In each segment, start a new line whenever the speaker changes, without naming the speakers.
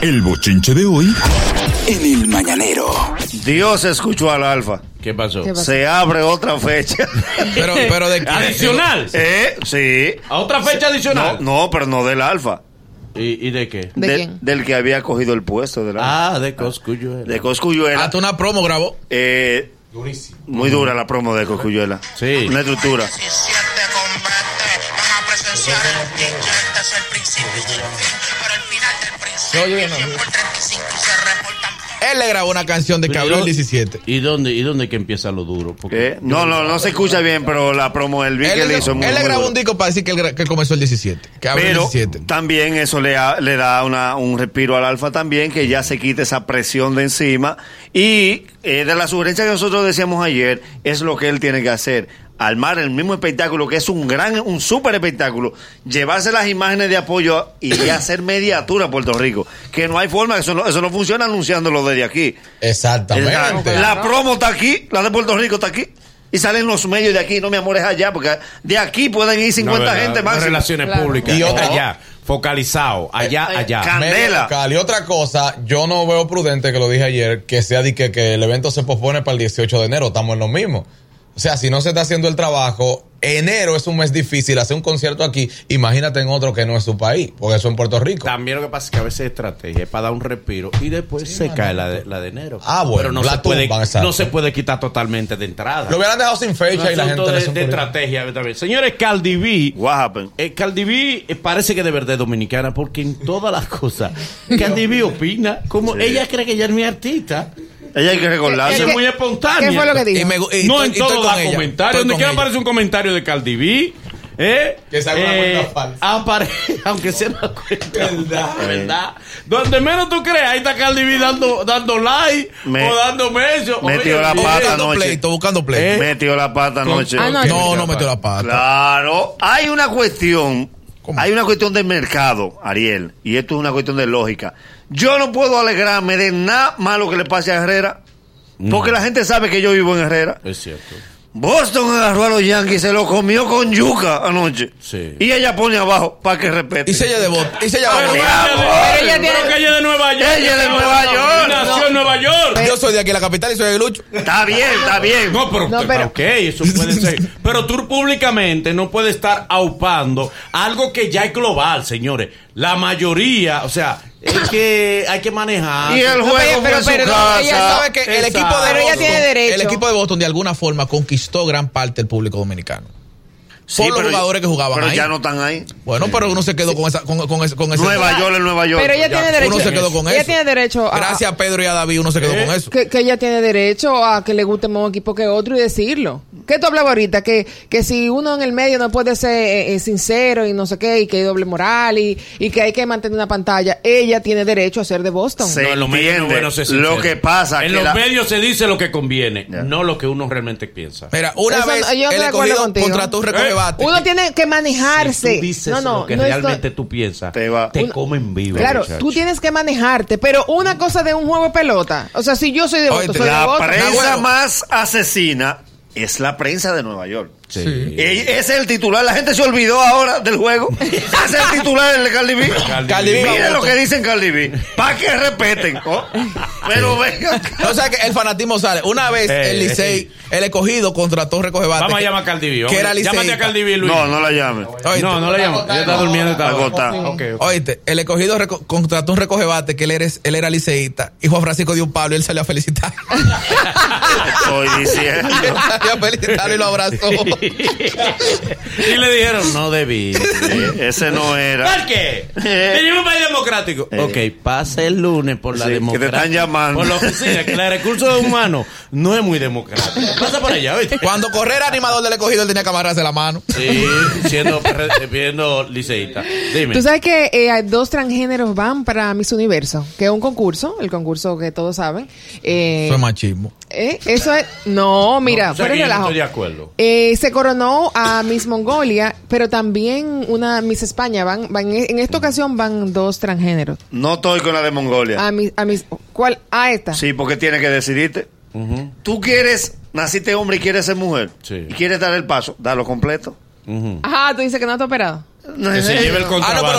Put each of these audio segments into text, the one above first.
El bochinche de hoy en el mañanero.
Dios escuchó al alfa.
¿Qué pasó?
¿Qué pasó?
Se abre otra fecha.
Pero, pero de
¿Adicional?
¿Eh? Sí.
¿A otra fecha
No,
adicional?
no, pero no del alfa.
¿Y, y de qué?
¿De
Del-
quién?
Del que había cogido el puesto del alfa.
Ah, de Cosculluela.
De Coscuyuela.
Hasta una promo grabó.
Eh, Muy dura la promo de Coscuyuela.
Sí.
Una estructura.
17 combates van a presenciar el pinche. Este es el principio y el fin, pero el final del principio.
Oye, no.
100 por 35 se reportan.
Él le grabó una canción de que abrió el 17.
¿Y dónde, ¿Y dónde que empieza lo duro? Porque
Eh, No, no, no se escucha bien, pero la promo del
Él,
que le
le-
hizo muy,
él le
muy
grabó
dura.
un disco para decir que, él gra- que él comenzó el 17. Que abrió el
Pero
17.
también eso le, ha- le da una- un respiro al alfa también, que ya se quite esa presión de encima. Y eh, de la sugerencia que nosotros decíamos ayer, es lo que él tiene que hacer. Armar el mismo espectáculo, que es un gran, un súper espectáculo. Llevarse las imágenes de apoyo y ya hacer mediatura a Puerto Rico. Que no hay forma, eso no, eso no funciona anunciándolo desde aquí.
Exactamente.
La, la promo está aquí, la de Puerto Rico está aquí. Y salen los medios de aquí, no mi amor, es allá, porque de aquí pueden ir 50 gente
más.
más.
Relaciones
Claro.
públicas.
Y otra-
allá. Focalizado. Allá,
Eh, eh,
allá.
can-
Medio
Candela.
local. Y otra cosa, yo no veo prudente que lo dije ayer, que sea de que, que el evento se pospone para el 18 de enero, estamos en lo mismo. O sea, si no se está haciendo el trabajo, enero es un mes difícil, hacer un concierto aquí, imagínate en otro que no es su país, porque eso en Puerto Rico.
También lo que pasa es que a veces es estrategia es para dar un respiro y después se cae la de, la de enero.
Ah, bueno,
Pero no,
la
se puede,
tumban, exacto.
no se puede quitar totalmente de entrada.
Lo hubieran dejado sin
Un
fecha y la gente
asunto
le
de,
hizo un
de
curioso.
estrategia también. Señores, Caldi B,
What happened?
Eh, Cardi B, eh, parece que de verdad es dominicana porque en todas las cosas Cardi B opina como ella cree que ella es mi artista.
Ella hay que
Hace
recordarse.
¿Qué-
muy espontánea.
¿Qué fue lo que dijo?
Y me gu- y
no
estoy-
en
y estoy
todos
con
los
ella,
comentarios.
estoy
Donde
con
quiera
ella.
aparece un comentario de Cardi B. ¿eh?
Que sale una cuenta falsa.
apare- aunque sea una cuenta ¿Verdad? ¿verdad? Donde menos tú creas, ahí está Cardi B dando, dando like
Me-
o dando menso.
metió la
bien.
pata,
Buscando
anoche.
pleito, buscando pleito.
Metió la pata anoche.
Eh. Ah, no,
Ok.
No, no metió la pata.
Claro. Hay una cuestión.
¿Cómo?
Hay una cuestión de mercado, Ariel. Y esto es una cuestión de lógica. Yo no puedo alegrarme de nada malo que le pase a Herrera. Porque la gente sabe que yo vivo en Herrera.
Es cierto.
Boston agarró a los Yankees, se lo comió con yuca anoche.
Sí.
Y ella pone abajo para que respete.
Y se ella de bot- y se ella de
Pero
bot-
mira,
Pero ella tiene-
Creo que ella es de Nueva York.
Ella es de Nueva York.
Nació en Nueva York.
Yo soy de aquí, la capital, y soy de Lucho.
Está bien, está bien.
No, pero,
No, pero-
ok, eso puede ser. Pero tú públicamente no puedes estar aupando algo que ya es global, señores. La mayoría, o sea, es que hay que manejar.
Y el juego
pero-
fue en su
pero no,
casa.
ella sabe
que el
Exacto.
equipo de
Pero ella tiene
Boston-
derecho.
El equipo de Boston de alguna forma conquistó gran parte del público dominicano.
Sí,
por los jugadores que jugaban
Pero
ahí.
ya no están ahí.
Bueno, pero uno se quedó con esa con, con ese- con ese-
Nueva York es Nueva York.
Pero ella tiene derecho.
Uno se quedó con
ella
eso.
tiene derecho a. ¿Eh?
Gracias a Pedro y a David uno se quedó con eso.
Que, que ella tiene derecho a que le guste más un equipo que otro y decirlo. ¿Qué tú hablabas ahorita? Que, que si uno en el medio no puede ser eh, eh, sincero y no sé qué, y que hay doble moral y, y que hay que mantener una pantalla, ella tiene derecho a ser de Boston.
Sí.
en los medios no
entiende
bueno ser sincero.
lo que pasa,
En
que
los
la-
medios se dice lo que conviene,
Ya.
no lo que uno realmente piensa.
Mira, una
Eso no-
vez
yo no
el
estoy de acuerdo
escogido
contigo.
contrató un
Eh,
recoge bate.
Uno tiene que manejarse.
Si tú dices
no, no,
lo que
no es to-
realmente tú piensas,
Te va.
te
Uno-
comen vivo.
Claro,
muchacho.
tú tienes que manejarte, pero una cosa de un juego de pelota. O sea, si yo soy de
Oye,
Boston,
te
soy de
La
Boston.
prensa
Nagüero.
más asesina es la prensa de Nueva York.
Sí.
E- Ese es el titular. La gente se olvidó ahora del juego. Ese es el titular del Cardi B.
Cardi B.
Miren lo que dicen Cardi B. Para que respeten. ¿no? Pero venga. acá.
O sea que el fanatismo sale. Una vez
Eh,
el Licey, el escogido contrató un recoge bate.
Vamos a
que-
llamar a Cardi B.
Que
vamos.
era liceísta.
Llámate a Cardi B, Luis.
No, no la llame.
Oíste,
No, no le llamo. Ella está durmiendo. Está
Agotada.
Ok, ok.
Oíste, el escogido reco- contrató un recoge bate que él, eres, él era liceísta y Juan Francisco dio un palo y él salió a felicitar.
Estoy diciendo.
él salió a felicitarlo y lo abrazó.
y le dijeron, no debí.
Eh, Ese no
¿Por
era.
qué? Tenemos un país democrático. Ok, pasa el lunes por la
Eh. Sí, que te
democracia.
están llamando.
Por la oficina, que la de recursos humanos no es muy democrática. Pasa por allá, ¿viste?
Cuando correr animador del escogido, él tenía que amarrarse la mano.
Sí, siendo, siendo liceísta. Dime.
Tú sabes que eh, dos transgéneros van para Miss Universo, que es un concurso, el concurso que todos saben. Eh,
Eso es machismo. Ah,
eh, eso es. No, mira,
No, o sea
fuera
que yo no
relajo.
estoy de acuerdo.
Eh, se coronó a Miss Mongolia, pero también una Miss España. Van, van en esta ocasión van dos transgéneros.
No estoy con la de Mongolia.
A Miss, a Miss- ¿cuál? A esta.
Sí, porque tiene que decidirte.
Ujú.
Tú quieres, naciste hombre y quieres ser mujer.
Sí.
Y quieres dar el paso. Dalo completo.
Ajá, tú dices que no está operado.
Que
eh,
se lleve el
no,
contrabando.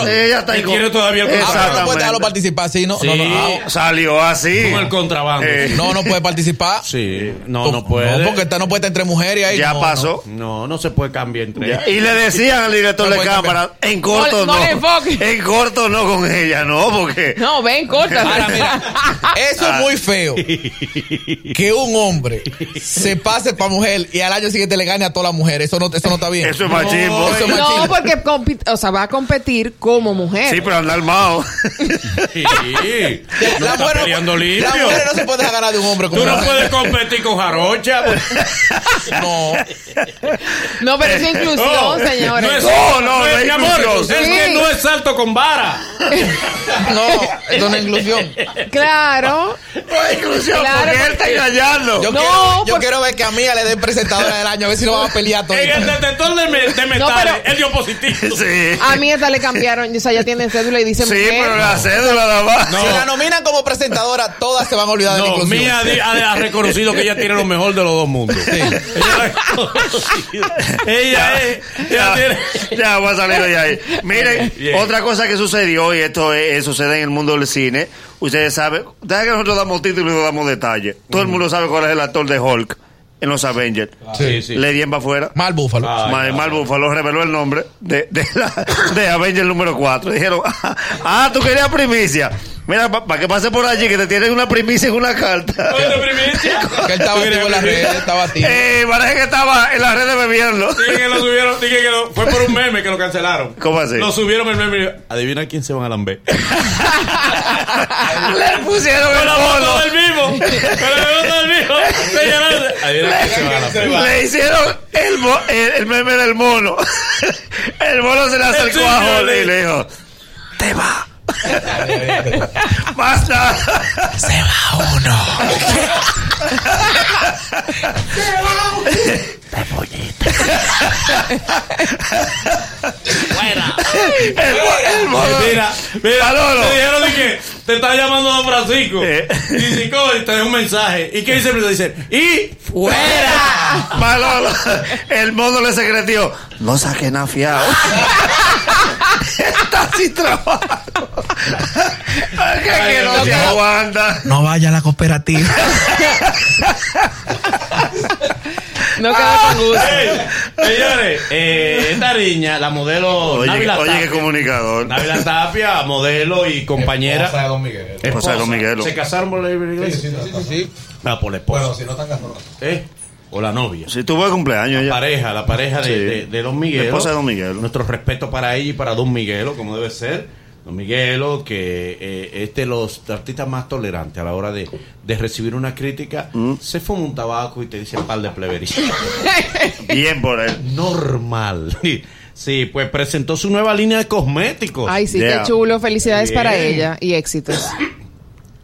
pero-
Ah, Ella está ahí
Que
con-
quiere todavía el
Ah, pero no puede dejarlo
Exactamente.
participar, sí, no,
Sí.
no, no, ah,
Oh, Salió así.
Con el contrabando.
Eh,
no, no puede participar.
Sí, no, no puede.
porque esta no puede estar entre mujeres ahí.
Ya
no,
pasó.
No, no se puede cambiar entre
Ya.
ellas.
Y le decían al director
No
de
puede
cámara, en corto
No, no
no.
le enfoque.
En corto no con ella, no, porque.
No, ven, corta.
Ahora, mira, eso es muy feo. Que un hombre se pase para mujer y al año siguiente le gane a todas las mujeres. Eso no, eso no está bien.
Eso es machismo. ¿eh?
eso es
Sí,
No, porque compi- o sea, va a competir como mujer.
Sí, pero andar mao.
Sí. No
La
está
mujer no-
peleando limpio.
la mujer no se puede dejar ganar de un hombre. como
Tú no
una-
puedes competir con Jarocha.
No.
No, pero eso es inclusión,
No,
señores.
No, es,
No, no, no
es,
hay
mi amor, es
inclusión.
que
Sí.
no es salto con vara.
No, eso no es inclusión.
Claro.
No hay inclusión,
Claro,
porque él
porque-
está engañando.
Yo,
No,
quiero, yo
pues-
porque-
quiero ver que a Mía le den presentadora del año, a ver si no van a pelear todo.
En el detector de, me- de metales,
pero-
él dio positivo.
Sí.
A mí esta le cambiaron, o sea, ya tiene cédula y dice
Sí,
mujer.
pero la cédula nada más.
Si la nominan como presentadora, todas se van a olvidar de la
No,
inclusión.
Mía di- ha, ha reconocido que ella tiene lo mejor de los dos mundos. Ella ha reconocido. Ella es. Ella tiene.
Ya, ya voy a salir de ahí. Miren,
Bien.
otra cosa que sucedió, y esto es- sucede en el mundo del cine, ustedes saben, deja que nosotros damos título y no damos detalles. Todo el mundo sabe cuál es el actor de Hulk en los Avengers.
Sí, sí.
Le dieron para afuera.
Mal búfalo.
Ah. Ay,
Mal, Mal Búfalo reveló el nombre de, de, la- de Avenger número 4. Dijeron, ah, tú querías primicia. Mira, para que pase por allí, que te tienen una primicia en una carta.
¿Cuál es tu primicia?
Que él estaba
¿Tú quieres
activo en las
primicia?
redes, estaba activo.
Eh, parece que estaba en las redes bebiendo.
Dije que lo subieron, dije que lo, fue por un meme que lo cancelaron.
¿Cómo así?
Lo subieron el meme. y yo, Adivina quién se van a lamber.
Le pusieron el
Pero
polo.
foto del mismo. Pero la foto del mismo. Señalando. Adivina quién se va a lamber.
Le hicieron el, mo- el, el meme del mono. El mono se le acercó a
señor
Jorge
le-
y le dijo: Te va. Basta. Se va uno. Se va uno. El, mono.
Mira, mira,
Manolo.
te dijeron de que te está llamando Don Francisco.
Eh.
Y dice, "Coño", y te deja un mensaje. ¿Y qué dice? el mensaje? Dice, y fuera.
Manolo, el mono le secretió. No saquen a fiado. Está sin trabajo. Ay, que- que no se aguanta.
No vaya a la cooperativa.
No quedó con
Ah.
gusto.
Ey, señores, eh, esta niña, la modelo
Oye, que-
Navila
oye, qué
Tapia.
comunicador.
Navila Tapia, modelo y compañera.
Esposa de Don Miguel.
Esposa de Don Miguelo.
¿Se casaron por la iglesia?
Sí, sí, sí, sí.
Ah, por la esposa.
Bueno, si no están casados.
¿Eh? O la novia.
Si tuvo el cumpleaños ya.
pareja, la pareja de,
Sí.
de- de Don Miguelo.
La esposa de Don Miguelo.
Nuestro respeto para ella y para Don Miguelo, como debe ser. Don Miguelo, que eh, este es los artistas más tolerantes a la hora de, de recibir una crítica,
Mm.
se fuma un tabaco y te dice par de pleberías.
Bien por él.
Normal. Sí, pues presentó su nueva línea de cosméticos.
Ay, sí,
Oh, Yeah.
qué chulo. Felicidades
Bien.
para ella y éxitos.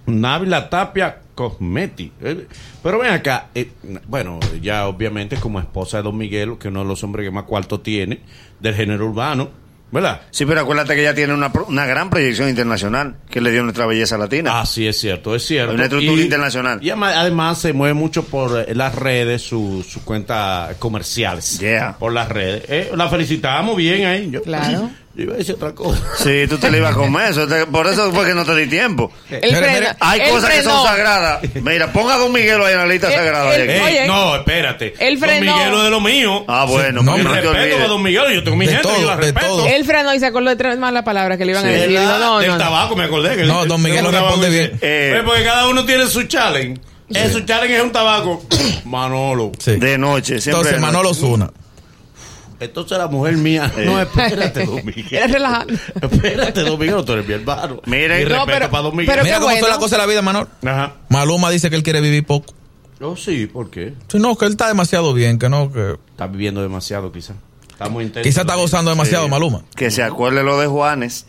Návila Tapia Cosmeti. Eh, Pero ven acá, eh, bueno, ya obviamente como esposa de Don Miguel, que uno de los hombres que más cuarto tiene del género urbano, ¿verdad?
Sí, pero acuérdate que ella tiene una, pro- una gran proyección internacional que le dio nuestra belleza latina.
Ah, sí, es cierto, es cierto.
Hay una estructura internacional.
Y ama- además se mueve mucho por eh, las redes, sus su cuentas comerciales.
Yeah.
Por las redes. Eh, la felicitamos bien ahí. Yo,
Claro.
Yo iba a decir otra cosa.
Sí, tú te le ibas a comer eso. te- Por eso fue que no te di tiempo.
El
Mira,
freno-
mira,
Hay
el
cosas que son
frenó.
sagradas. Mira, ponga a Don Miguelo ahí en la lista
El-
sagrada.
el-
Jackie.
Ey,
Oye.
no, espérate.
Él
Don
frenó.
Miguel es de lo mío.
Eh, Ah, bueno,
Sí, no,
porque
Mi
hombre,
no, te
respeto para
olvides.
Don Miguel, yo tengo mi
De
gente, yo
todo,
la
de
respeto.
todo.
Él frenó y sacó lo de tres malas palabras que le iban a decir.
¿Verdad?
Eh, No, no,
del
no.
tabaco, me acordé. que
No,
el-
don
el
Miguel
segundo
responde
tabaco
bien.
dice,
Eh.
"Eh, porque cada uno tiene su challenge. Eh, su challenge es un tabaco. Manolo.
Sí.
De noche, siempre.
Entonces,
de noche.
Manolo Zuna.
Entonces la mujer mía.
Eh.
No, espérate, don
Era
Miguel.
relajante.
espérate, don Miguel, tú eres mi hermano.
Miren.
Mi
No,
respeto
pero-
para don Miguel.
pero-
Mira
qué
cómo son
bueno.
las cosas de la vida, Manolo.
Ajá.
Maluma dice que él quiere vivir poco.
Oh, sí, ¿por qué?
Sí, no, que él está demasiado bien, que no, que
Está viviendo demasiado, quizá. Está muy intenso.
quizá está gozando demasiado Maluma.
Que se acuerde lo de Juanes.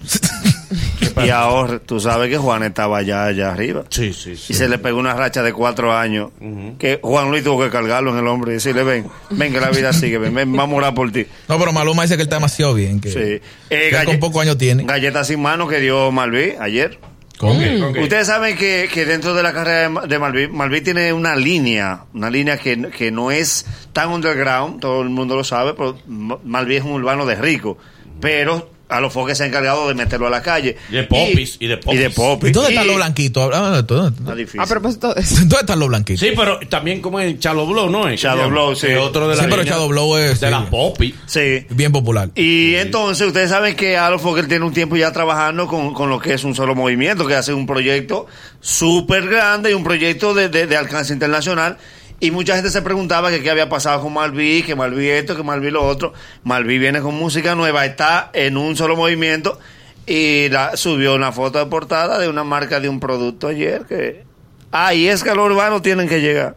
y ahora, tú sabes que Juanes estaba allá, allá arriba.
Sí, sí, sí.
Y se le pegó una racha de cuatro años. Que Juan Luis tuvo que cargarlo en el hombre y decirle: Ven, ven que la vida sigue, ven, ven, vamos a orar por ti.
No, pero Maluma dice que él está demasiado bien, que,
Sí. Eh,
que él con
galle-
poco años tiene.
Galletas sin mano que dio Malví ayer.
Con-
Ok.
Ustedes saben que, que dentro de la carrera de, Ma- de Malví, Malví tiene una línea, una línea que, que no es tan underground, todo el mundo lo sabe, pero Ma- Malví es un urbano de rico. pero a los foques se ha encargado de meterlo a la calle.
De popis, y de popis.
Y de popis.
¿Y dónde
Y-
están los blanquitos? Háblame de todo, ¿dónde
Está
están?
difícil.
A propósito de eso.
¿Dónde están los blanquitos?
Sí, pero también como en Shadow Blow, ¿no? Es
Shadow Blow, sí.
Es otro de
Sí,
la
pero Shadow Blow es-
De
sí.
la Poppy.
Sí.
Bien popular.
Y entonces ustedes saben que Adolf Fokker tiene un tiempo ya trabajando con, con lo que es un solo movimiento, que hace un proyecto súper grande y un proyecto de, de- de alcance internacional. Y mucha gente se preguntaba que qué había pasado con Malví, que Malví esto, que Malví lo otro. Malví viene con música nueva, está en un solo movimiento y la- subió una foto de portada de una marca de un producto ayer que... Ah, y es que a lo urbano tienen que llegar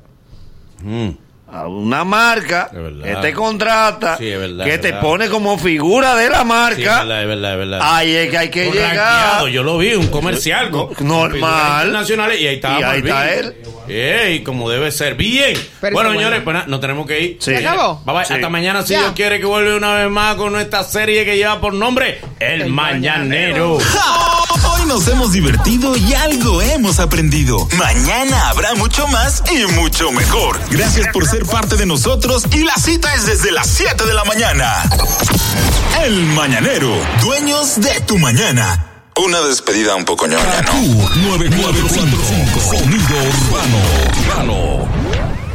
Mm.
a una marca
Es verdad.
que te contrata,
Sí, es verdad,
que
es
te
verdad.
pone como figura de la
Sí,
marca.
es verdad, es verdad, es verdad.
ahí es que hay Ah, que
Un
llegar.
ranqueado, yo lo vi, un comercial.
No-
con-
normal.
con figuras internacionales, y ahí estaba
Y ahí
Malvin.
está él.
Ey, como debe ser. Bien.
Pero
bueno,
está
señores,
bueno.
pues nada, nos tenemos que ir.
Sí.
¿Se acabó?
Bye, bye.
Sí.
Hasta mañana, si
Ya.
Dios quiere, que vuelve una vez más con nuestra serie que lleva por nombre El,
El
Mañanero.
Mañanero.
¡Ja! Hoy nos hemos divertido y algo hemos aprendido. Mañana habrá mucho más y mucho mejor. Gracias por ser parte de nosotros y la cita es desde las 7 de la mañana. El Mañanero, dueños de tu mañana.
Una despedida un poco ñoña, ¿no?
Q945, sonido urbano. urbano.